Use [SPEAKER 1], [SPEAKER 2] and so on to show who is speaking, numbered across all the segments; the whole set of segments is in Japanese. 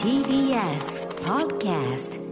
[SPEAKER 1] TBS Podcast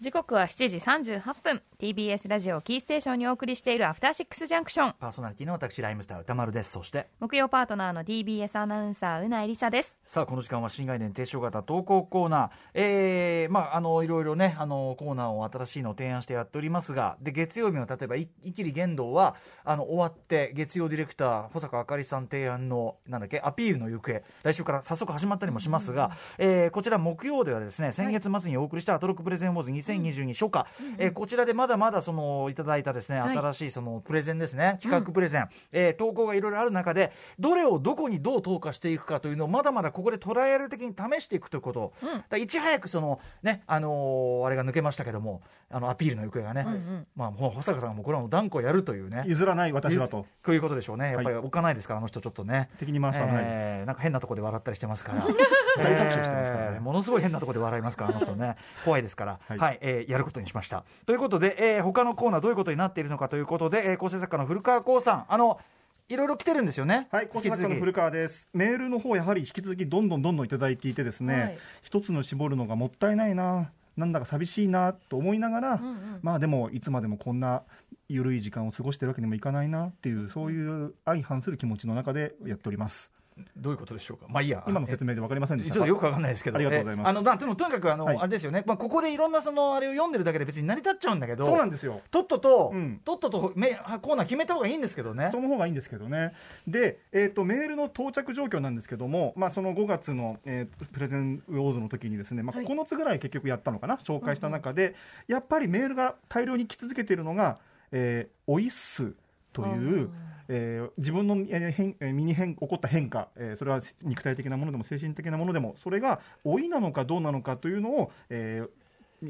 [SPEAKER 2] 時刻は7時38分 TBS ラジオキーステーションにお送りしているアフターシックスジャンクション
[SPEAKER 3] パーソナリティの私ライムスター歌丸ですそして
[SPEAKER 2] 木曜パートナーの TBS アナウンサーうなえりさです
[SPEAKER 3] さあこの時間は新概念提唱型投稿コーナーえー、まああのいろいろねあのコーナーを新しいのを提案してやっておりますがで月曜日の例えばい「いきり言動は」あの終わって月曜ディレクター保坂あかりさん提案のなんだっけアピールの行方来週から早速始まったりもしますが、えーこちら木曜ではですね先月末にお送りした「アトロックプレゼンウォーズ2022初夏」えーこちらでまだまだそのいただいたですね
[SPEAKER 2] はい
[SPEAKER 3] 新しいそのプレゼンですね企画プレゼン、えー投稿がいろいろある中でどれをどこにどう投下していくかというのをまだまだここでトライアル的に試していくということを、だからいち早くそのねあのーあれが抜けましたけどもあのアピールの行方がね、まあもう保坂さんがもうこれはもう断固やるというね
[SPEAKER 4] 譲らない私はと。
[SPEAKER 3] いうことでしょうねやっぱり置かないですから、あの人ちょっとね
[SPEAKER 4] 敵に回すと危ないです
[SPEAKER 3] えーなんか変なとこで笑ったりしてますから
[SPEAKER 4] 大爆笑してますからね
[SPEAKER 3] えーものすごい変なとこで笑います からあの人ね怖いですから、は
[SPEAKER 4] はいい
[SPEAKER 3] えーやることにしましたということで、えー他のコーナーどういうことになっているのかということで、えー構成作家の古川光さんあのいろいろ来てるんですよね
[SPEAKER 4] はい、コース
[SPEAKER 3] 引き
[SPEAKER 4] 作家
[SPEAKER 3] 続
[SPEAKER 4] の
[SPEAKER 3] き
[SPEAKER 4] 古川です。メールの方やはり引き続きどんどんどんどんいただいていてですね、
[SPEAKER 2] はい
[SPEAKER 4] 一つの絞るのがもったいないな。なんだか寂しいなと思いながら、まあでもいつまでもこんな緩い時間を過ごしてるわけにもいかないなっていうそういう相反する気持ちの中でやっております
[SPEAKER 3] どういうことでしょうかまあいいや
[SPEAKER 4] 今の説明でわかりませんでし
[SPEAKER 3] ちょっ
[SPEAKER 4] たか
[SPEAKER 3] とよくわかんないですけど、
[SPEAKER 4] ありがとうございます
[SPEAKER 3] えあのあでもとにかくあの、
[SPEAKER 4] はい
[SPEAKER 3] あれですよね、まあ、ここでいろんなそのあれを読んでるだけで別に成り立っちゃうんだけど、
[SPEAKER 4] そうなんですよ
[SPEAKER 3] とっとと、
[SPEAKER 4] うん
[SPEAKER 3] とっととめコーナー決めた方がいいんですけどね。
[SPEAKER 4] その方がいいんですけどね。で、えっ、と、メールの到着状況なんですけども、まあ、その5月の、えープレゼンウォーズの時にですね、まあ、
[SPEAKER 2] はい
[SPEAKER 4] 9つぐらい結局やったのかな、紹介した中で、やっぱりメールが大量に来続けているのが、えーおいっすという、えー自分の、えー変えー身に変起こった変化、えーそれは肉体的なものでも精神的なものでもそれが老いなのかどうなのかというのを、えー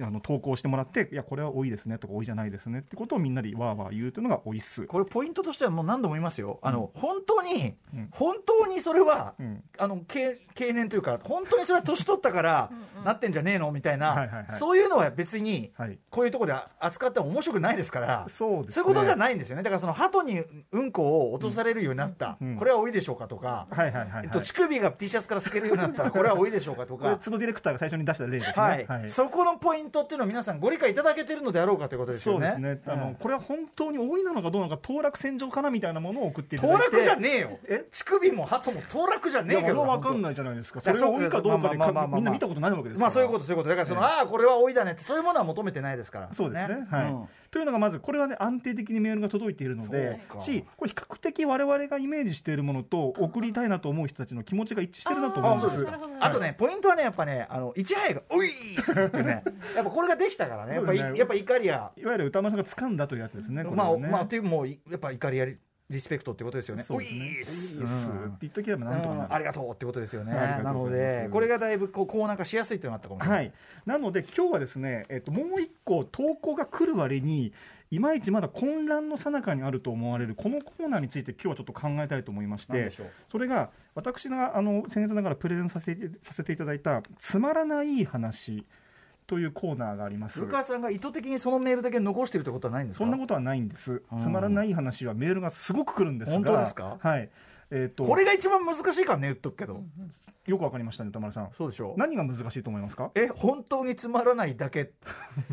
[SPEAKER 4] あの投稿してもらっていやこれは老いですねとか老いじゃないですねってことをみんなでわーわー言うというのが老いっす。
[SPEAKER 3] これポイントとしてはもう何度も言いますよ、あの本当に、
[SPEAKER 4] うん
[SPEAKER 3] 本当にそれは、
[SPEAKER 4] うん
[SPEAKER 3] あの経経年というか、本当にそれは年取ったからなってんじゃねえのみたいな、
[SPEAKER 4] はいはいはい
[SPEAKER 3] そういうのは別に、
[SPEAKER 4] はい
[SPEAKER 3] こういうところで扱っても面白くないですから、
[SPEAKER 4] そうですね
[SPEAKER 3] いうことじゃないんですよね、だからその鳩にうんこを落とされるようになった、
[SPEAKER 4] うんうん
[SPEAKER 3] これは多いでしょうかとか、
[SPEAKER 4] はいはいはい、はい
[SPEAKER 3] えっと、乳首が T シャツから透けるようになったら、これは多いでしょうかと
[SPEAKER 4] これ
[SPEAKER 3] か。
[SPEAKER 4] 都度ディレクターが最初に出した例ですね。
[SPEAKER 3] はい、
[SPEAKER 4] はい
[SPEAKER 3] そこのポイントっていうのを皆さんご理解いただけてるのであろうかということです
[SPEAKER 4] そ
[SPEAKER 3] よ
[SPEAKER 4] う
[SPEAKER 3] ね。
[SPEAKER 4] ですね、あのこれは本当に多いなのかどうなのか、当落線上かなみたいなものを送っていた
[SPEAKER 3] 当
[SPEAKER 4] だいて、
[SPEAKER 3] 落じゃねえよ
[SPEAKER 4] え
[SPEAKER 3] 乳首も鳩も当落じゃね
[SPEAKER 4] い
[SPEAKER 3] え
[SPEAKER 4] や
[SPEAKER 3] けど
[SPEAKER 4] 俺は分かん
[SPEAKER 3] い
[SPEAKER 4] ないじゃないですか、
[SPEAKER 3] いや
[SPEAKER 4] それが多いかどうか
[SPEAKER 3] そ
[SPEAKER 4] で
[SPEAKER 3] うですまあまあ
[SPEAKER 4] か
[SPEAKER 3] まあまあ
[SPEAKER 4] みんな見たことないわけですから、
[SPEAKER 3] まあそういうことそういうことだからその、ああこれは多いだねってそういうものは求めてないですから
[SPEAKER 4] そうですねはい
[SPEAKER 3] うん
[SPEAKER 4] というのがまず、これはね、安定的にメールが届いているので
[SPEAKER 3] そう、か
[SPEAKER 4] し、これ、比較的我々がイメージしているものと、送りたいなと思う人たちの気持ちが一致してるなと思
[SPEAKER 3] あ
[SPEAKER 4] うん
[SPEAKER 3] そ
[SPEAKER 4] で
[SPEAKER 3] うですす。あとねポイントはねやっぱねあのいち早く「おいっす!」ってね やっぱこれができたからねやっぱ,、
[SPEAKER 4] そうですね
[SPEAKER 3] やっぱ怒りや、
[SPEAKER 4] いわゆる歌丸さんが掴んだというやつですね、これ
[SPEAKER 3] まあ
[SPEAKER 4] はね
[SPEAKER 3] まあというもういやっぱ怒りやリリスペクトってことですよね「
[SPEAKER 4] そ
[SPEAKER 3] お
[SPEAKER 4] うですね
[SPEAKER 3] いっす!
[SPEAKER 4] いいっす
[SPEAKER 3] うん
[SPEAKER 4] って言っとけばなんとかな
[SPEAKER 3] う
[SPEAKER 4] る
[SPEAKER 3] んありがとうってことですよね
[SPEAKER 4] あり
[SPEAKER 3] な
[SPEAKER 4] がとう
[SPEAKER 3] の
[SPEAKER 4] ございます
[SPEAKER 3] でこれがだいぶこうこうなんかしやすいっていうのがあったかもしれな、
[SPEAKER 4] はいい、なので今日はですね、えっと、もう一個投稿が来る割にいまいちまだ混乱の最中にあると思われるこのコーナーについて今日はちょっと考えたいと思いまし
[SPEAKER 3] 何で
[SPEAKER 4] て
[SPEAKER 3] しょう
[SPEAKER 4] それが私があの僭越ながらプレゼンさせてさせていただいた「つまらない話」というコーナーがあります
[SPEAKER 3] 古。川さんが意図的にそのメールだけ残してるってことはないんですか
[SPEAKER 4] そんなことはないんです、つまらない話はメールがすごく来るんですが
[SPEAKER 3] 本当ですか
[SPEAKER 4] はいえっと
[SPEAKER 3] これが一番難しいからね言っとくけど、
[SPEAKER 4] よくわかりましたね、歌丸さん。
[SPEAKER 3] そうでしょ
[SPEAKER 4] 何が難しいと思いますか
[SPEAKER 3] え本当につまらないだけ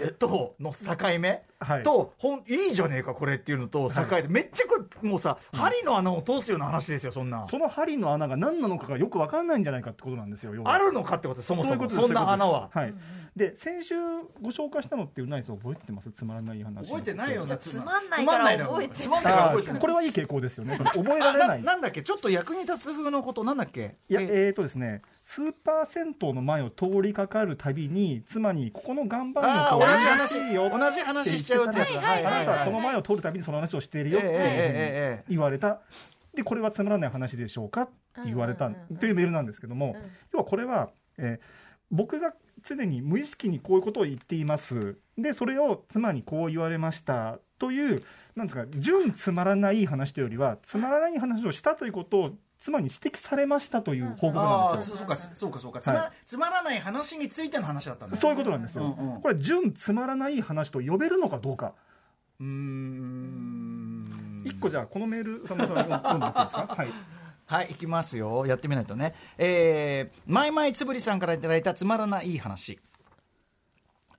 [SPEAKER 3] えとの境目、
[SPEAKER 4] はい
[SPEAKER 3] とほんいいじゃねえかこれっていうのと境で、めっちゃこれもうさ針の穴を通すような話ですよそんな、
[SPEAKER 4] その針の穴が何なのかがよくわかんないんじゃないかってことなんですよ、要は
[SPEAKER 3] あるのかってことそもそ
[SPEAKER 4] そういう
[SPEAKER 3] も
[SPEAKER 4] こ
[SPEAKER 3] そ
[SPEAKER 4] とです
[SPEAKER 3] んな穴は。
[SPEAKER 4] そういうことですはい。で、先週ご紹介したのって、うないさん覚えてますつまらない話。
[SPEAKER 3] 覚えてないよな
[SPEAKER 1] つまんないから覚えてない
[SPEAKER 3] つまんないから
[SPEAKER 4] あ
[SPEAKER 3] 覚えてな
[SPEAKER 4] ー。
[SPEAKER 3] い
[SPEAKER 4] これはいい傾向ですよね。それ覚えら
[SPEAKER 3] あ
[SPEAKER 4] れ
[SPEAKER 3] な
[SPEAKER 4] ない。
[SPEAKER 3] なんだっけちょっと役に立つ風のことなんだっけ
[SPEAKER 4] いや、え
[SPEAKER 3] え
[SPEAKER 4] ーとですね、スーパー銭湯の前を通りかかるたびに、妻に、ここの岩盤浴
[SPEAKER 3] ああ
[SPEAKER 4] は
[SPEAKER 3] 同じ
[SPEAKER 4] 怪しいよ。
[SPEAKER 3] 話同じ話しちゃうってやつだ
[SPEAKER 1] はいはい
[SPEAKER 4] あ
[SPEAKER 1] はい
[SPEAKER 4] なたはこ
[SPEAKER 3] え
[SPEAKER 4] の前を通るたびにその話をしてい
[SPEAKER 3] え
[SPEAKER 4] る
[SPEAKER 3] え
[SPEAKER 4] よっ
[SPEAKER 3] ええ
[SPEAKER 4] て
[SPEAKER 3] えええ
[SPEAKER 4] 言われた。で、これはつまらない話でしょうかって言われた
[SPEAKER 1] うんうんうんうん
[SPEAKER 4] というメールなんですけども、要はこれは、えー僕が常に無意識にこういうことを言っていますでそれを妻にこう言われましたというなんですか純つまらない話というよりはつまらない話をしたということを妻に指摘されましたという報告
[SPEAKER 3] あ
[SPEAKER 4] なん
[SPEAKER 3] あ
[SPEAKER 4] ですよ。
[SPEAKER 3] そうかそうかそうか、つ
[SPEAKER 4] は
[SPEAKER 3] まつまらない話についての話だったんだ
[SPEAKER 4] そういうことなんですよ、
[SPEAKER 3] うんうん
[SPEAKER 4] これ純つまらない話と呼べるのかどうか、
[SPEAKER 3] うーん
[SPEAKER 4] 一個じゃあこのメールさんまさん読んでもらっていいですか、はい
[SPEAKER 3] はい、いきますよ。やってみないとね。えー、まいまいつぶりさんからいただいたつまらないいい話。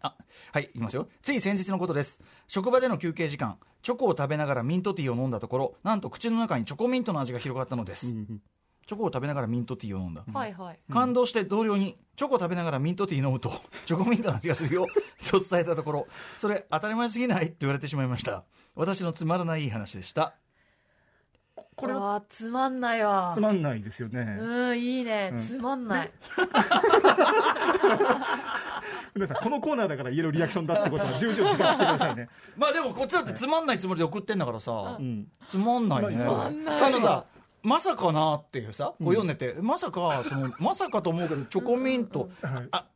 [SPEAKER 3] あ、はい、いきますよ。つい先日のことです。職場での休憩時間、チョコを食べながらミントティーを飲んだところ、なんと口の中にチョコミントの味が広がったのです。チョコを食べながらミントティーを飲んだ。
[SPEAKER 5] はいはい。
[SPEAKER 3] 感動して同僚に、チョコ食べながらミントティー飲むと、 チョコミントの味がするよ、と伝えたところ、それ当たり前すぎないと言われてしまいました。私のつまらないいい話でした。
[SPEAKER 5] これはつまんないわ
[SPEAKER 4] つ。まんないですよね。
[SPEAKER 5] うん、いいね。
[SPEAKER 4] うん
[SPEAKER 5] つまんない。
[SPEAKER 4] 皆さん、このコーナーだから言えるリアクションだってことは重々自覚してくださいね。
[SPEAKER 3] まあでもこっちだってつまんないつもりで送ってんだからさ、
[SPEAKER 4] うん。
[SPEAKER 3] つまんないね。
[SPEAKER 4] つまん
[SPEAKER 5] ない
[SPEAKER 3] あのさ、まさかなっていうさ、こう読んでて、まさか、その、まさかと思うけど、チョコミント、
[SPEAKER 4] はい
[SPEAKER 3] あ、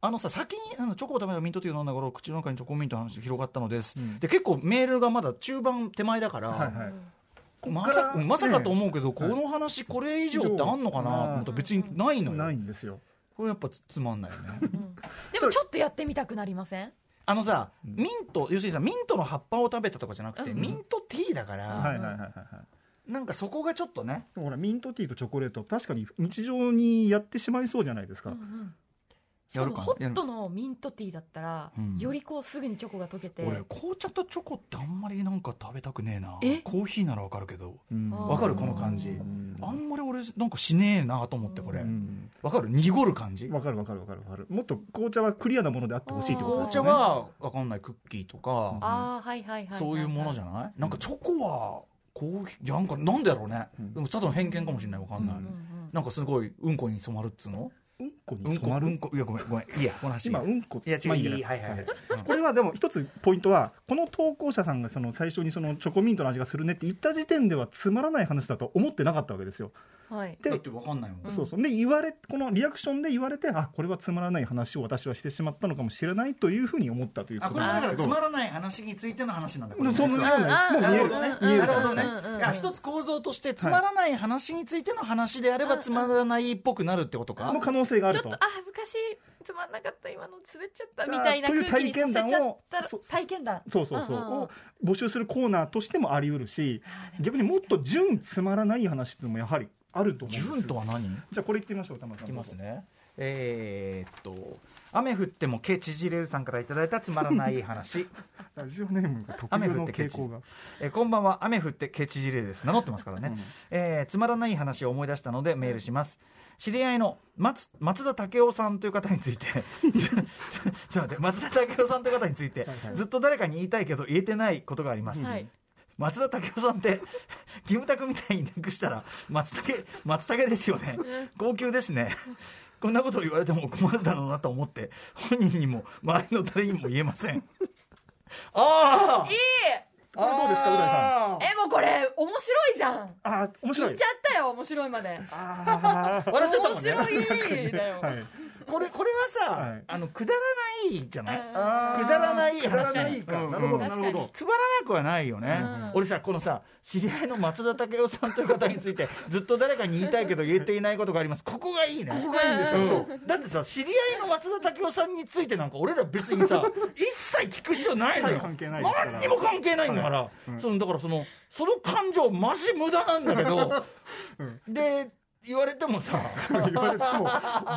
[SPEAKER 3] あのさ、先にあのチョコを食べたミントティーを飲んだ頃、口の中にチョコミントの話が広がったのです。
[SPEAKER 4] うん
[SPEAKER 3] で、結構メールがまだ中盤手前だから、
[SPEAKER 4] はいはい。
[SPEAKER 3] まさか
[SPEAKER 4] ね
[SPEAKER 3] まさかと思うけど、この話、これ以上ってあんのかなと思ったら別にないのよ。
[SPEAKER 4] ないんですよ。
[SPEAKER 3] これやっぱつつまんないよね。
[SPEAKER 5] でもちょっとやってみたくなりません
[SPEAKER 3] あのさ、ミント、要するにさ、ミントの葉っぱを食べたとかじゃなくて、
[SPEAKER 5] うん
[SPEAKER 3] ミントティーだから、
[SPEAKER 4] はいはいはいはい。
[SPEAKER 3] なんかそこがちょっとね、
[SPEAKER 4] でもほら、ミントティーとチョコレート、確かに日常にやってしまいそうじゃないです
[SPEAKER 5] う
[SPEAKER 4] か。
[SPEAKER 5] んうんし
[SPEAKER 3] や
[SPEAKER 5] か
[SPEAKER 3] る
[SPEAKER 5] も
[SPEAKER 3] か
[SPEAKER 5] ホ
[SPEAKER 3] や
[SPEAKER 5] ッ
[SPEAKER 3] る
[SPEAKER 5] トのミントティーだったら
[SPEAKER 3] うん、
[SPEAKER 5] よりこうすぐにチョコが溶けて。
[SPEAKER 3] 俺紅茶とチョコってあんまりなんか食べたくねえな
[SPEAKER 5] え
[SPEAKER 3] コーヒーならわかるけど
[SPEAKER 4] うん
[SPEAKER 3] わかるこの感じ
[SPEAKER 4] うん
[SPEAKER 3] あんまり俺なんかしねえなと思ってこれ
[SPEAKER 4] うん
[SPEAKER 3] わかる濁る感じ
[SPEAKER 4] わかるわかるわかるわかる。もっと紅茶はクリアなものであってほしいってこ
[SPEAKER 3] 紅
[SPEAKER 4] とですよ
[SPEAKER 3] 茶
[SPEAKER 4] ね。
[SPEAKER 3] はわかんないクッキーとか
[SPEAKER 5] ああ、はいはいはいはい。
[SPEAKER 3] そういうものじ
[SPEAKER 5] ゃ
[SPEAKER 3] ゃないなんかチョコはコーヒーなんかなんでやろうね
[SPEAKER 4] うん
[SPEAKER 3] でもただの偏見かもしれないわかんない
[SPEAKER 4] うん
[SPEAKER 3] なんかすごいうんこに染まるっつうの
[SPEAKER 4] うんこ
[SPEAKER 3] う
[SPEAKER 4] に
[SPEAKER 3] ん
[SPEAKER 4] 染
[SPEAKER 3] こ
[SPEAKER 4] ま
[SPEAKER 3] う
[SPEAKER 4] る
[SPEAKER 3] ん。こいやごめんごめんいいやこの話
[SPEAKER 4] 今、うんこ
[SPEAKER 3] いや違
[SPEAKER 4] ま
[SPEAKER 3] うい
[SPEAKER 4] あんだ
[SPEAKER 3] い
[SPEAKER 4] けど
[SPEAKER 3] はいはいはい
[SPEAKER 4] これはでも一つポイントはこの投稿者さんがその最初にそのチョコミントの味がするねって言った時点ではつまらない話だと思ってなかったわけですよ。
[SPEAKER 5] はい。
[SPEAKER 4] で
[SPEAKER 3] だってわかんないもん
[SPEAKER 4] そうそうで言われこのリアクションで言われてあこれはつまらない話を私はしてしまったのかもしれないというふうに思ったという
[SPEAKER 3] あ
[SPEAKER 4] こと
[SPEAKER 3] これはだからつ
[SPEAKER 4] ら
[SPEAKER 3] まらない話についての話なんだこれ
[SPEAKER 4] そん
[SPEAKER 3] 実は
[SPEAKER 4] なのも
[SPEAKER 3] な
[SPEAKER 4] う見
[SPEAKER 3] る
[SPEAKER 4] え
[SPEAKER 3] ほ
[SPEAKER 4] る
[SPEAKER 3] どね。
[SPEAKER 4] 見える
[SPEAKER 3] なるほどね
[SPEAKER 5] うんうんうん。
[SPEAKER 3] いや一つ構造としてつまらない話についての話であればつまらないっぽくなるってことか。
[SPEAKER 4] の可能性があ
[SPEAKER 5] ちょ
[SPEAKER 4] る
[SPEAKER 5] っと
[SPEAKER 4] と
[SPEAKER 5] あ。恥ずかしいつまんなかった今の滑っちゃったみたいな空気にさせちゃった
[SPEAKER 4] という体験談を
[SPEAKER 5] ら
[SPEAKER 4] そう
[SPEAKER 5] 体験談
[SPEAKER 4] そうそうそう、
[SPEAKER 5] んんん
[SPEAKER 4] を募集するコーナーとしてもあり得るし
[SPEAKER 5] あーで
[SPEAKER 4] 逆にもっと純つまらない話っていうのもやはりあると思うんですよ
[SPEAKER 3] 純とは何？い
[SPEAKER 4] じゃあこれ言ってみましょう玉田さん
[SPEAKER 3] きますね。えーっと雨降っても毛縮れるさんからいただいたつまらない 話。
[SPEAKER 4] ラジオネームが特有の傾向が
[SPEAKER 3] えーこんばんは雨降ってケチジレです名乗ってますからね、
[SPEAKER 4] うん
[SPEAKER 3] えーつまらない話を思い出したのでメールします知り合いの松松田武雄さんという方につ いてずちょっと待って松田武雄さんという方について、
[SPEAKER 4] はいはい
[SPEAKER 3] ずっと誰かに言いたいけど言えてないことがあります、
[SPEAKER 5] はい
[SPEAKER 3] 松田武雄さんって キムタクみたいになくしたら松茸松茸ですよね高級ですねこんなことを言われても困るだろうなと思って本人にも周りの誰にも言えませんああ
[SPEAKER 5] いい
[SPEAKER 4] これどうですかう大さん
[SPEAKER 3] さ
[SPEAKER 5] えもうこれ面白いじゃん
[SPEAKER 4] あー面白
[SPEAKER 5] 言っ
[SPEAKER 4] い
[SPEAKER 5] ちゃったよ面白いまで
[SPEAKER 4] あ
[SPEAKER 3] 笑っちゃったも
[SPEAKER 5] 面
[SPEAKER 3] んね
[SPEAKER 5] 白いだよ、
[SPEAKER 4] ー はい
[SPEAKER 3] これこれはさ、
[SPEAKER 4] はい
[SPEAKER 3] あのくだらないじゃな
[SPEAKER 5] う
[SPEAKER 3] い、
[SPEAKER 5] ん
[SPEAKER 4] あー
[SPEAKER 3] くだらない話
[SPEAKER 4] くだらないか、
[SPEAKER 3] うん
[SPEAKER 4] なるほど
[SPEAKER 3] うん
[SPEAKER 4] なるほど
[SPEAKER 3] つまらなくはないよね、
[SPEAKER 5] うん
[SPEAKER 3] 俺さこのさ知り合いの松田武雄さんという方についてずっと誰かに言いたいけど言えていないことがありますここがいいねここがいいんですよ、そうだってさ知り合いの松田武雄さんについてなんか俺ら別に さ一切聞く必要ないのよ
[SPEAKER 4] 一切関係ないですから
[SPEAKER 3] 何にも関係ないんだから、そのだからそのその感情マジ無駄なんだけ ど、で言われてもさ
[SPEAKER 4] 言われても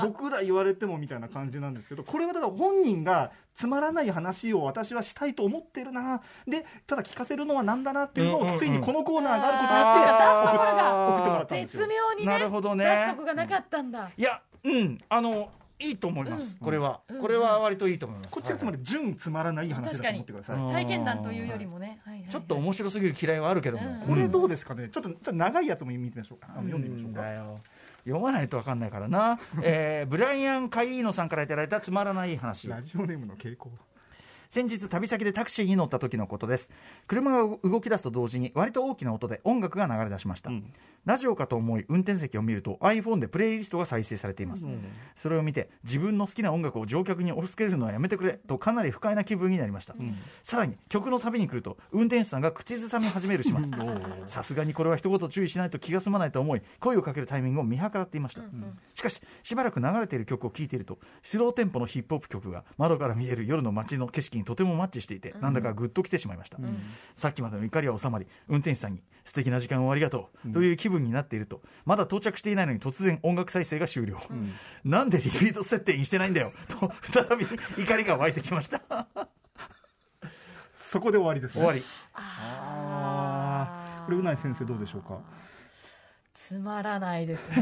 [SPEAKER 4] 僕ら言われてもみたいな感じなんですけどこれはただ本人がつまらない話を私はしたいと思ってるなでただ聞かせるのはなんだなっていうの
[SPEAKER 3] うんうんう
[SPEAKER 4] を
[SPEAKER 3] ん
[SPEAKER 4] ついにこのコーナーがあることに
[SPEAKER 5] あー
[SPEAKER 4] なって
[SPEAKER 5] 出すところが
[SPEAKER 4] 送ってもらったんです
[SPEAKER 5] 絶
[SPEAKER 4] よ
[SPEAKER 5] 妙にね
[SPEAKER 3] なるほどね
[SPEAKER 5] 出すとこがなかったんだ
[SPEAKER 3] いや、うん、あの、いいと思います。これは、これは割といいと思います。
[SPEAKER 4] こっちはつまり純つまらない話だと思ってください、
[SPEAKER 3] 確か
[SPEAKER 5] 体
[SPEAKER 3] に
[SPEAKER 5] 験談というよりもね、はいはいはい
[SPEAKER 3] ちょっと面白すぎる嫌いはあるけども、
[SPEAKER 5] うん
[SPEAKER 4] これどうですかねちょっとじゃあ長いやつも見てみましょうかあの
[SPEAKER 3] 読ん
[SPEAKER 4] 読ん
[SPEAKER 3] で
[SPEAKER 4] で
[SPEAKER 3] み
[SPEAKER 4] み
[SPEAKER 3] ま
[SPEAKER 4] ま
[SPEAKER 3] し
[SPEAKER 4] し
[SPEAKER 3] ょ
[SPEAKER 4] ょ
[SPEAKER 3] う
[SPEAKER 4] う
[SPEAKER 3] か
[SPEAKER 4] か
[SPEAKER 3] 読まないとわかんないからな、えーブライアン・カイーノさんからいただいたつまらない話
[SPEAKER 4] ラジオネームの傾向
[SPEAKER 3] 先日旅先でタクシーに乗った時のことです車が動き出すと同時に割と大きな音で音楽が流れ出しました、
[SPEAKER 4] うん
[SPEAKER 3] ラジオかと思い運転席を見ると iPhone でプレイリストが再生されています、それを見て自分の好きな音楽を乗客に押し付けるのはやめてくれとかなり不快な気分になりました、さらに曲のサビに来ると運転手さんが口ずさみ始める始末さすがにこれは一言注意しないと気が済まないと思い声をかけるタイミングを見計らっていました、しかししばらく流れている曲を聴いているとスローテンポのヒップホップ曲が窓から見える夜の街の景色識にとてもマッチしていて、なんだかグッときてしまいました、さっきまでの怒りは収まり運転手さんに素敵な時間をありがとうという気分になっているとまだ到着していないのに突然音楽再生が終了、なんでリピート設定にしてないんだよと再び怒りが湧いてきました
[SPEAKER 4] そこで終わりですね
[SPEAKER 3] 終わり
[SPEAKER 4] あーこれうない先生どうでしょうか
[SPEAKER 5] つまらないですね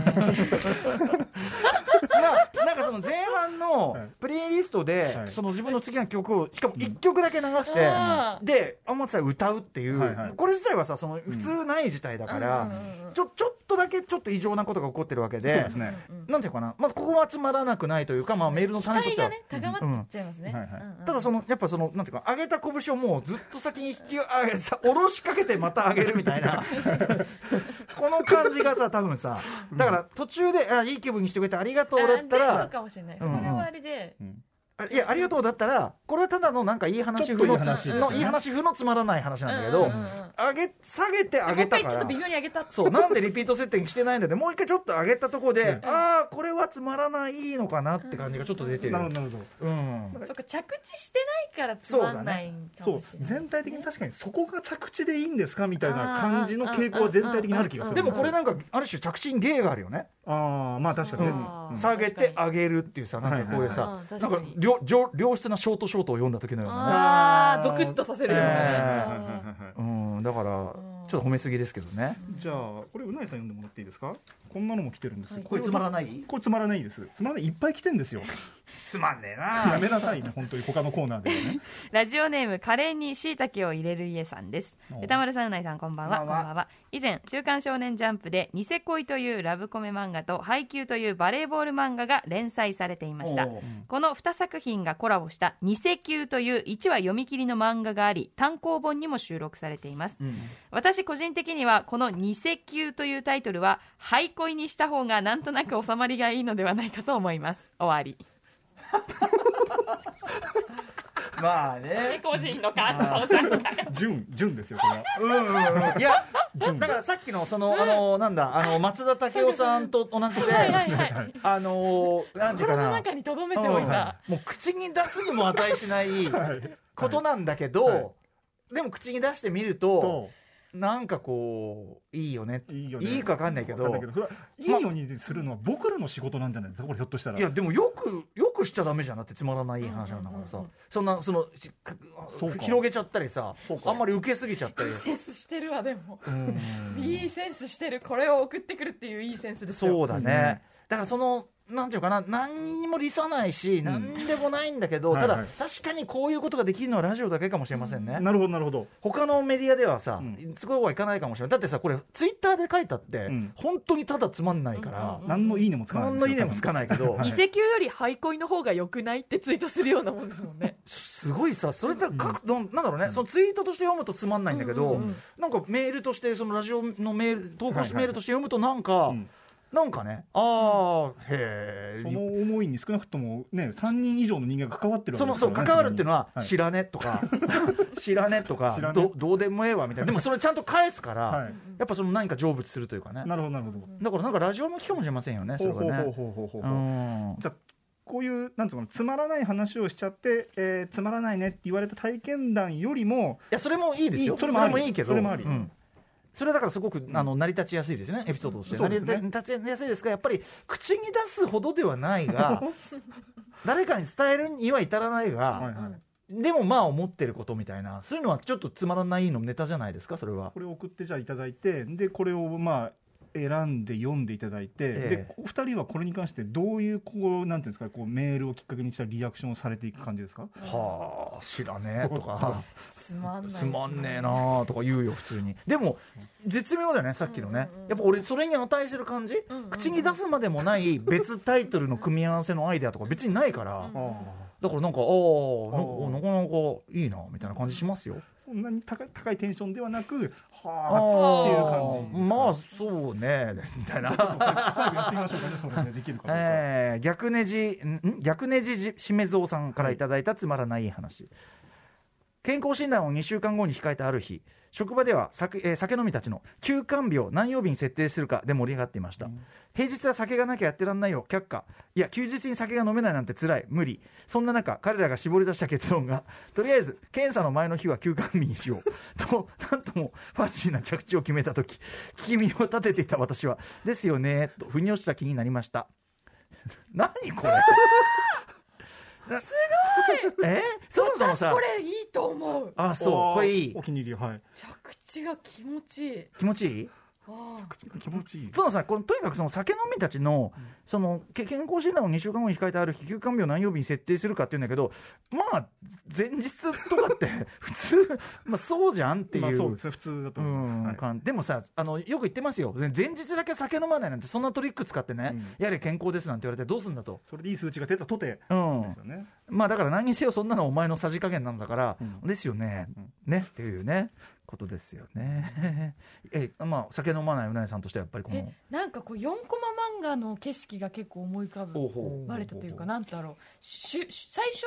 [SPEAKER 3] ななんかその前半の
[SPEAKER 4] はい
[SPEAKER 3] プレイリストで、
[SPEAKER 4] はい
[SPEAKER 3] その自分の好きな曲をしかも1曲だけ流して、
[SPEAKER 5] うん
[SPEAKER 3] で天さん歌うっていう、
[SPEAKER 4] はいはい
[SPEAKER 3] これ自体はさその普通ない事態だから、ちょちょっとだけちょっと異常なことが起こってるわけで
[SPEAKER 4] そうですね
[SPEAKER 3] なんていうかな、まあ、ここはつまらなくないというか、まあ、メールの
[SPEAKER 5] 期
[SPEAKER 3] 種と
[SPEAKER 5] 待
[SPEAKER 3] して
[SPEAKER 5] がね
[SPEAKER 3] は。
[SPEAKER 5] 高まっちゃいますね
[SPEAKER 4] うんはいはい
[SPEAKER 5] うんうん
[SPEAKER 3] ただそのやっぱそのなんていうか上げた拳をもうずっと先に引き上げさ下ろしかけてまた上げるみた いなこの感じがさ多分さだから途中であ「いい気分にしてくれてありがとう」だった
[SPEAKER 5] あーでも
[SPEAKER 3] ら
[SPEAKER 5] そうかもしれない。
[SPEAKER 3] う
[SPEAKER 5] そ
[SPEAKER 3] ん
[SPEAKER 5] れ
[SPEAKER 3] うん
[SPEAKER 5] が終わりで、
[SPEAKER 4] うん
[SPEAKER 3] あいや、ありがとうだったら、これはただのなんかいい話風
[SPEAKER 4] ちょ
[SPEAKER 3] の
[SPEAKER 4] っといい話ですよ
[SPEAKER 3] の
[SPEAKER 4] ね
[SPEAKER 3] いい話風のつまらない話なんだけ
[SPEAKER 5] う
[SPEAKER 3] ど
[SPEAKER 5] んうんうん、
[SPEAKER 3] 上げ、下げて上
[SPEAKER 5] もう
[SPEAKER 3] げ
[SPEAKER 5] 一
[SPEAKER 3] た
[SPEAKER 5] 回
[SPEAKER 3] か
[SPEAKER 5] ちょっと
[SPEAKER 3] ら
[SPEAKER 5] 微。妙に上げた。
[SPEAKER 3] そう、なんでリピート設定にしてないんだって、もう一回ちょっと上げたとこで、ああ、これはつまらないのかなって感じがちょっと出てる。
[SPEAKER 4] なるほどなるほど
[SPEAKER 3] うん。
[SPEAKER 5] そっか着地してないからつまんないんか
[SPEAKER 4] そ
[SPEAKER 5] も
[SPEAKER 4] う
[SPEAKER 5] しれない。
[SPEAKER 4] 全体的に確かにそこが着地でいいんですかみたいな感じの傾向は全体的にある気がする
[SPEAKER 3] でもこれなんか、ある種着信芸があるよね。
[SPEAKER 4] ああまあ確かにね
[SPEAKER 5] うん
[SPEAKER 4] うん
[SPEAKER 3] 下げて上げるっていうさ、なんかこういう
[SPEAKER 5] はい
[SPEAKER 3] さ
[SPEAKER 5] は、い
[SPEAKER 3] な
[SPEAKER 5] は
[SPEAKER 3] ん
[SPEAKER 5] い
[SPEAKER 3] か良良良質なショートショートを読んだ時のようなね。
[SPEAKER 5] ああゾクッとさせるようなね。
[SPEAKER 3] え
[SPEAKER 5] うん
[SPEAKER 3] うん、だから、ちょっと褒めすぎですけどね。
[SPEAKER 4] じゃあこれうないさん読んでもらっていいですかこんなのも来てるんですよ
[SPEAKER 3] これつまらない
[SPEAKER 4] これつまらないですつまらないいっぱい来てんですよ
[SPEAKER 3] つまんねえな
[SPEAKER 4] やめなさいね本当に他のコーナーではね
[SPEAKER 2] ラジオネームカレーに椎茸を入れる家さんです
[SPEAKER 4] お
[SPEAKER 2] 歌丸さんうないさんこんばんは
[SPEAKER 3] こ
[SPEAKER 2] こ
[SPEAKER 3] ん
[SPEAKER 2] ん
[SPEAKER 3] ばん
[SPEAKER 2] ば
[SPEAKER 3] は
[SPEAKER 2] んは以前「週刊少年ジャンプ」で「ニセ恋」というラブコメ漫画と「ハイキュー」というバレーボール漫画が連載されていました
[SPEAKER 3] おう
[SPEAKER 2] この2作品がコラボした「ニセキという1話読み切りの漫画があり単行本にも収録されています、私個人的にはこの「ニセキというタイトルは「ハイ恋」にした方がなんとなく収まりがいいのではないかと思います終わり
[SPEAKER 3] まあね。
[SPEAKER 2] 個人の感想じゃん
[SPEAKER 4] 純純ですよこれは
[SPEAKER 3] うんうんうんいや、
[SPEAKER 4] 純
[SPEAKER 3] だからさっきの、その、あの、なんだ、あの、松田丈夫さんと同じで、あの、なんていうか
[SPEAKER 5] 心の
[SPEAKER 3] な、
[SPEAKER 5] 中に留め
[SPEAKER 3] う
[SPEAKER 5] て
[SPEAKER 3] ん
[SPEAKER 5] おい
[SPEAKER 3] も
[SPEAKER 5] た。
[SPEAKER 3] う口に出すにも値しない
[SPEAKER 4] はい
[SPEAKER 3] ことなんだけ
[SPEAKER 4] はいはい
[SPEAKER 3] ど、でも口に出してみると、
[SPEAKER 4] と
[SPEAKER 3] なんかこう、いいよねって。
[SPEAKER 4] いいよね
[SPEAKER 3] いいかわかんないけど
[SPEAKER 4] わかんないそれはいいようにするのは僕らの仕事なんじゃないですかこれひょっとしたら
[SPEAKER 3] いや、でもよく、よくしちゃダメじゃん。だってつまらない話なんだからさ。そんな、その、しか
[SPEAKER 4] そうか
[SPEAKER 3] 広げちゃったりさ
[SPEAKER 4] そう、か
[SPEAKER 3] あんまり受けすぎちゃったり。
[SPEAKER 5] センスしてるわでも。
[SPEAKER 3] うん
[SPEAKER 5] いいセンスしてる。これを送ってくるっていういいセンスですよ。
[SPEAKER 3] そうだ
[SPEAKER 4] うん
[SPEAKER 3] ね、だからそのなんていうかな何にも利さないし、何でもないんだけど、
[SPEAKER 4] はいはい
[SPEAKER 3] ただ確かにこういうことができるのはラジオだけかもしれませんね、
[SPEAKER 4] なるほどなるほど
[SPEAKER 3] 他のメディアではさ、
[SPEAKER 4] うん
[SPEAKER 3] すごいはいかないかもしれないだってさこれツイッターで書いたって、
[SPEAKER 4] ん
[SPEAKER 3] 本当にただつまんないから、
[SPEAKER 4] 何のいいねもつかない
[SPEAKER 3] 何のいいねもつか
[SPEAKER 4] ない
[SPEAKER 3] ないけど、
[SPEAKER 4] はい
[SPEAKER 5] 遺跡より廃恋の方が良くないってツイートするようなもんですもんね。
[SPEAKER 3] すごいさそれだ書くの、なんだろうね、そのツイートとして読むとつまんないんだけど、なんかメールとしてそのラジオのメール投稿
[SPEAKER 4] はい
[SPEAKER 3] し
[SPEAKER 4] はい
[SPEAKER 3] メールとして読むとなんか、
[SPEAKER 4] うん
[SPEAKER 3] なんかねああへ
[SPEAKER 4] そ
[SPEAKER 3] え
[SPEAKER 4] の思いに少なくともね3人以上の人間が関わってる
[SPEAKER 3] そ
[SPEAKER 4] わけ
[SPEAKER 3] の
[SPEAKER 4] です
[SPEAKER 3] そう
[SPEAKER 4] からね
[SPEAKER 3] 関わるっていうのは
[SPEAKER 4] はい
[SPEAKER 3] 知らねと か、知らねとか
[SPEAKER 4] 知らね
[SPEAKER 3] どどうでもええわみたいなでもそれちゃんと返すから、
[SPEAKER 4] はい
[SPEAKER 3] やっぱその何か成仏するというかね
[SPEAKER 4] なるほどなるほど
[SPEAKER 3] だからなんかラジオ向きかもしれませんよねそれ
[SPEAKER 4] ほう
[SPEAKER 3] はね
[SPEAKER 4] ほうほうほうほう
[SPEAKER 3] う
[SPEAKER 4] ほうんじゃあこういうなんつうのかなつまらない話をしちゃって、えーつまらないねって言われた体験談よりも
[SPEAKER 3] いやそれもいいですよ
[SPEAKER 4] いい
[SPEAKER 3] そ
[SPEAKER 4] そ
[SPEAKER 3] れ
[SPEAKER 4] れもあり
[SPEAKER 3] もいいけど
[SPEAKER 4] それもあり
[SPEAKER 3] うんそれはだからすごくあの成り立ちやすいですよねエピソードとして、
[SPEAKER 4] そう
[SPEAKER 3] 成
[SPEAKER 4] です
[SPEAKER 3] り
[SPEAKER 4] ね
[SPEAKER 3] 立ちやすいですがやっぱり口に出すほどではないが 誰かに伝えるには至らないが、
[SPEAKER 4] はいはい
[SPEAKER 3] でもまあ思ってることみたいなそういうのはちょっとつまらないのネタじゃないですかそれは
[SPEAKER 4] これを送ってじゃあいただいてでこれをまあ選んで読んでいただいて、
[SPEAKER 3] ええ
[SPEAKER 4] でお二人はこれに関してどういうこうなんていうんですかこうメールをきっかけにしたリアクションをされていく感じですか
[SPEAKER 3] はあ知らねえと か
[SPEAKER 5] つまんない。
[SPEAKER 3] つまんねえ。なあとか言うよ普通にでも絶妙だよねさっきのねやっぱ俺それに値する感じ口に出すまでもない別タイトルの組み合わせのアイデアとか別にないから
[SPEAKER 4] ああ
[SPEAKER 3] だからなんかああなんかなかなかいいなみたいな感じしますよ
[SPEAKER 4] そんなに高い高いテンションではなく
[SPEAKER 3] あ
[SPEAKER 4] はあっていう感じ
[SPEAKER 3] あまあそうねみたいな
[SPEAKER 4] 最後やってみましょうかねそれでできるかどうか、
[SPEAKER 3] えー逆ネジん逆ネジじしめぞうさんからいただいたつまらない話、健康診断を2週間後に控えたある日職場では酒,、えー酒飲みたちの休館日を何曜日に設定するかで盛り上がっていました、平日は酒がなきゃやってらんないよ却下いや休日に酒が飲めないなんて辛い無理そんな中彼らが絞り出した結論がとりあえず検査の前の日は休館日にしよ うとなんともファジーな着地を決めた時聞き耳を立てていた私はですよねと腑に落ちた気になりました何これすごい えそもそも
[SPEAKER 5] 私
[SPEAKER 3] さ
[SPEAKER 5] これいいと思う
[SPEAKER 3] あそうこれいい
[SPEAKER 4] お気に入りはい
[SPEAKER 5] 着地が気持ちいい
[SPEAKER 3] 気持ちいい
[SPEAKER 5] ああ
[SPEAKER 4] 気持ちいい
[SPEAKER 3] そのさこのとにかくその酒飲みたちの,、そのけ健康診断を2週間後に控えてある日休館日を何曜日に設定するかっていうんだけどまあ前日とかって 普通、まあ、そうじゃんっていう,、
[SPEAKER 4] まあそうですね普通だと
[SPEAKER 3] う
[SPEAKER 4] 思います、
[SPEAKER 3] ん
[SPEAKER 4] はい
[SPEAKER 3] かんでもさあのよく言ってますよ前日だけ酒飲まないなんてそんなトリック使ってね、やれ健康ですなんて言われてどうすんだと。
[SPEAKER 4] それでいい数値が出たとて
[SPEAKER 3] うん
[SPEAKER 4] ですよね、
[SPEAKER 3] まあだから何にせよそんなのお前のさじ加減なんだから、
[SPEAKER 4] うん
[SPEAKER 3] ですよね、ねっていうねことですよね えまあ酒飲まないうなえさんとしてはやっぱりこ
[SPEAKER 1] え
[SPEAKER 3] の
[SPEAKER 1] なんかこう4コマ漫画の景色が結構思い浮かぶ
[SPEAKER 3] ほ
[SPEAKER 1] バレたというかなんだろうしし最初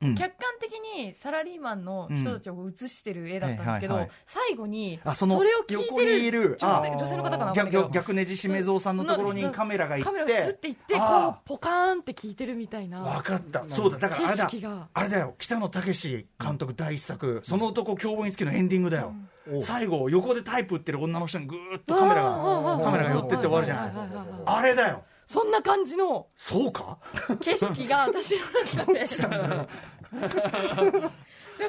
[SPEAKER 3] うん
[SPEAKER 1] 客観的にサラリーマンの人たちを映してる絵だったんですけど、
[SPEAKER 3] うんはいはい
[SPEAKER 1] 最後に
[SPEAKER 3] あ
[SPEAKER 1] そ
[SPEAKER 3] その
[SPEAKER 1] れを聞い
[SPEAKER 3] 横に
[SPEAKER 1] て
[SPEAKER 3] い
[SPEAKER 1] る
[SPEAKER 3] る
[SPEAKER 1] 女
[SPEAKER 3] あ
[SPEAKER 1] 性
[SPEAKER 3] ー
[SPEAKER 1] 女性の方かなわかんない
[SPEAKER 3] 逆
[SPEAKER 1] けど
[SPEAKER 3] 逆逆ねじしめぞうさんのところにカメラが行
[SPEAKER 1] カメラ
[SPEAKER 3] っ
[SPEAKER 1] をスッ
[SPEAKER 3] て
[SPEAKER 1] て行ってこう
[SPEAKER 3] あ
[SPEAKER 1] ポカーンって聞いてるみたいな
[SPEAKER 3] 分かったそうだだからあれだ
[SPEAKER 1] 景色が
[SPEAKER 3] あれだよ北野武監督第一作「その男凶暴につき」のエンディングだよ、
[SPEAKER 4] おう
[SPEAKER 3] 最後横でタイプ打ってる女の人にぐーっとカメラが
[SPEAKER 1] あー
[SPEAKER 3] カメラが寄ってって終わるじゃない
[SPEAKER 1] ははははは
[SPEAKER 3] あれだよ
[SPEAKER 1] そんな感じの
[SPEAKER 3] そうか
[SPEAKER 1] 景色が私の 中でだ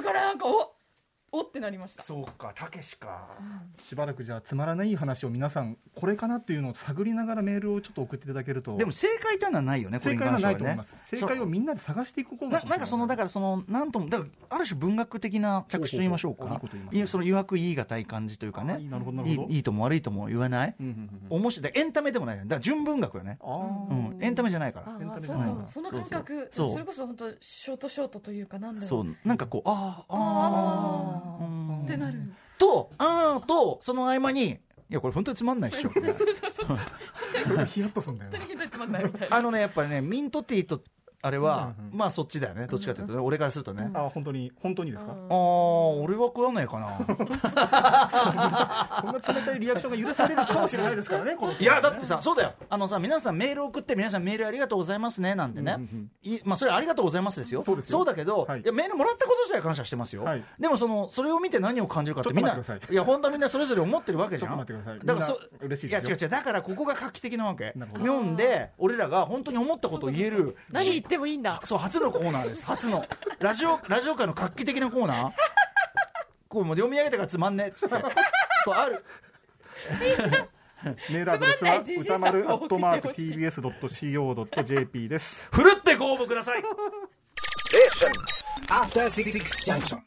[SPEAKER 1] からなんかおおってなりました
[SPEAKER 3] そうか武か
[SPEAKER 4] しばらくじゃあつまらない話を皆さんこれかなっていうのを探りながらメールをちょっと送っていただけると
[SPEAKER 3] でも正解というのはないよねこれ
[SPEAKER 4] 正
[SPEAKER 3] に
[SPEAKER 4] 解は
[SPEAKER 3] 関してはい
[SPEAKER 4] なと思い
[SPEAKER 3] ね
[SPEAKER 4] ます正解をみんなで探していくこと
[SPEAKER 3] ななんかそのだ
[SPEAKER 4] か
[SPEAKER 3] からそのなんともだからある種文学的な着手と言いましょう
[SPEAKER 4] ほうほう
[SPEAKER 3] か
[SPEAKER 4] ほういいこと言います
[SPEAKER 3] い
[SPEAKER 4] ね
[SPEAKER 3] やその誘惑言い難い感じというか
[SPEAKER 4] あい
[SPEAKER 3] ね
[SPEAKER 4] いなるほどないるほど
[SPEAKER 3] いいいとも悪いとも言わない
[SPEAKER 4] うんうんうん
[SPEAKER 3] 面白いだからエンタメでもないよねだから純文学よね、
[SPEAKER 4] あ
[SPEAKER 3] う
[SPEAKER 4] ー
[SPEAKER 1] うん
[SPEAKER 3] ん、エンタメじゃないか
[SPEAKER 1] あ
[SPEAKER 3] ら
[SPEAKER 4] エンタ
[SPEAKER 1] あ
[SPEAKER 4] メじ
[SPEAKER 1] そ
[SPEAKER 4] ゃ
[SPEAKER 1] う
[SPEAKER 4] ない
[SPEAKER 1] か
[SPEAKER 4] な
[SPEAKER 1] もその感覚
[SPEAKER 3] そうそう
[SPEAKER 1] それこそ本当ショートショートというかなんだろう
[SPEAKER 3] そうなんかこうあーあ
[SPEAKER 1] あ
[SPEAKER 3] ー
[SPEAKER 1] ー
[SPEAKER 3] うん
[SPEAKER 1] ってなる
[SPEAKER 3] とあーとその合間にいやこれ本当につまんないっ しょ
[SPEAKER 4] それヒヤッとすんだよね
[SPEAKER 1] ひどいってもん ないみ たいな
[SPEAKER 3] あのねやっぱりねミントティーとあれは、
[SPEAKER 4] うんうん
[SPEAKER 3] まあそっちだよねどっちかというとね、俺からすると ね、あ
[SPEAKER 4] あ本当に本当にですか
[SPEAKER 3] あー俺は食わねえかな
[SPEAKER 4] こんな冷たいリアクションが許されるかもしれないですからねこの
[SPEAKER 3] いやだってさそうだよあのさ皆さんメール送って皆さんメールありがとうございますねなんてね、
[SPEAKER 4] うんうん
[SPEAKER 3] いまあ、それありがとうございますですよ
[SPEAKER 4] そうですよ
[SPEAKER 3] だけど、
[SPEAKER 4] はい
[SPEAKER 3] い、やメールもらったこと自体は感謝してますよ、
[SPEAKER 4] はい
[SPEAKER 3] でもそのそれを見て何を感じるかって
[SPEAKER 4] ちょっ
[SPEAKER 3] みん
[SPEAKER 4] と
[SPEAKER 3] な
[SPEAKER 4] 待ってください
[SPEAKER 3] いや本当はみんなそれぞれ思ってるわけじゃん
[SPEAKER 4] ちょっと待ってく
[SPEAKER 3] だ
[SPEAKER 4] ださい
[SPEAKER 3] からそ
[SPEAKER 4] みんな嬉しいですよ
[SPEAKER 3] や違う違うだからここが画期的なわけ
[SPEAKER 4] なるほど
[SPEAKER 3] 読んで俺らが本当に思ったことを言える
[SPEAKER 1] 何言ってもいいんだ
[SPEAKER 3] そう初のコーナーです初のラジオラジオ界の画期的なコーナーこうもう読み上げたからつまんねえっつってこうある
[SPEAKER 4] メールアドレス
[SPEAKER 1] つまん
[SPEAKER 4] は
[SPEAKER 1] ないじじい
[SPEAKER 4] 歌丸ア
[SPEAKER 1] さんを送
[SPEAKER 4] ッ
[SPEAKER 1] ってほしい
[SPEAKER 4] トマーク TBS.CO.JP です
[SPEAKER 3] ふるってご応募ください
[SPEAKER 6] After Six Junction.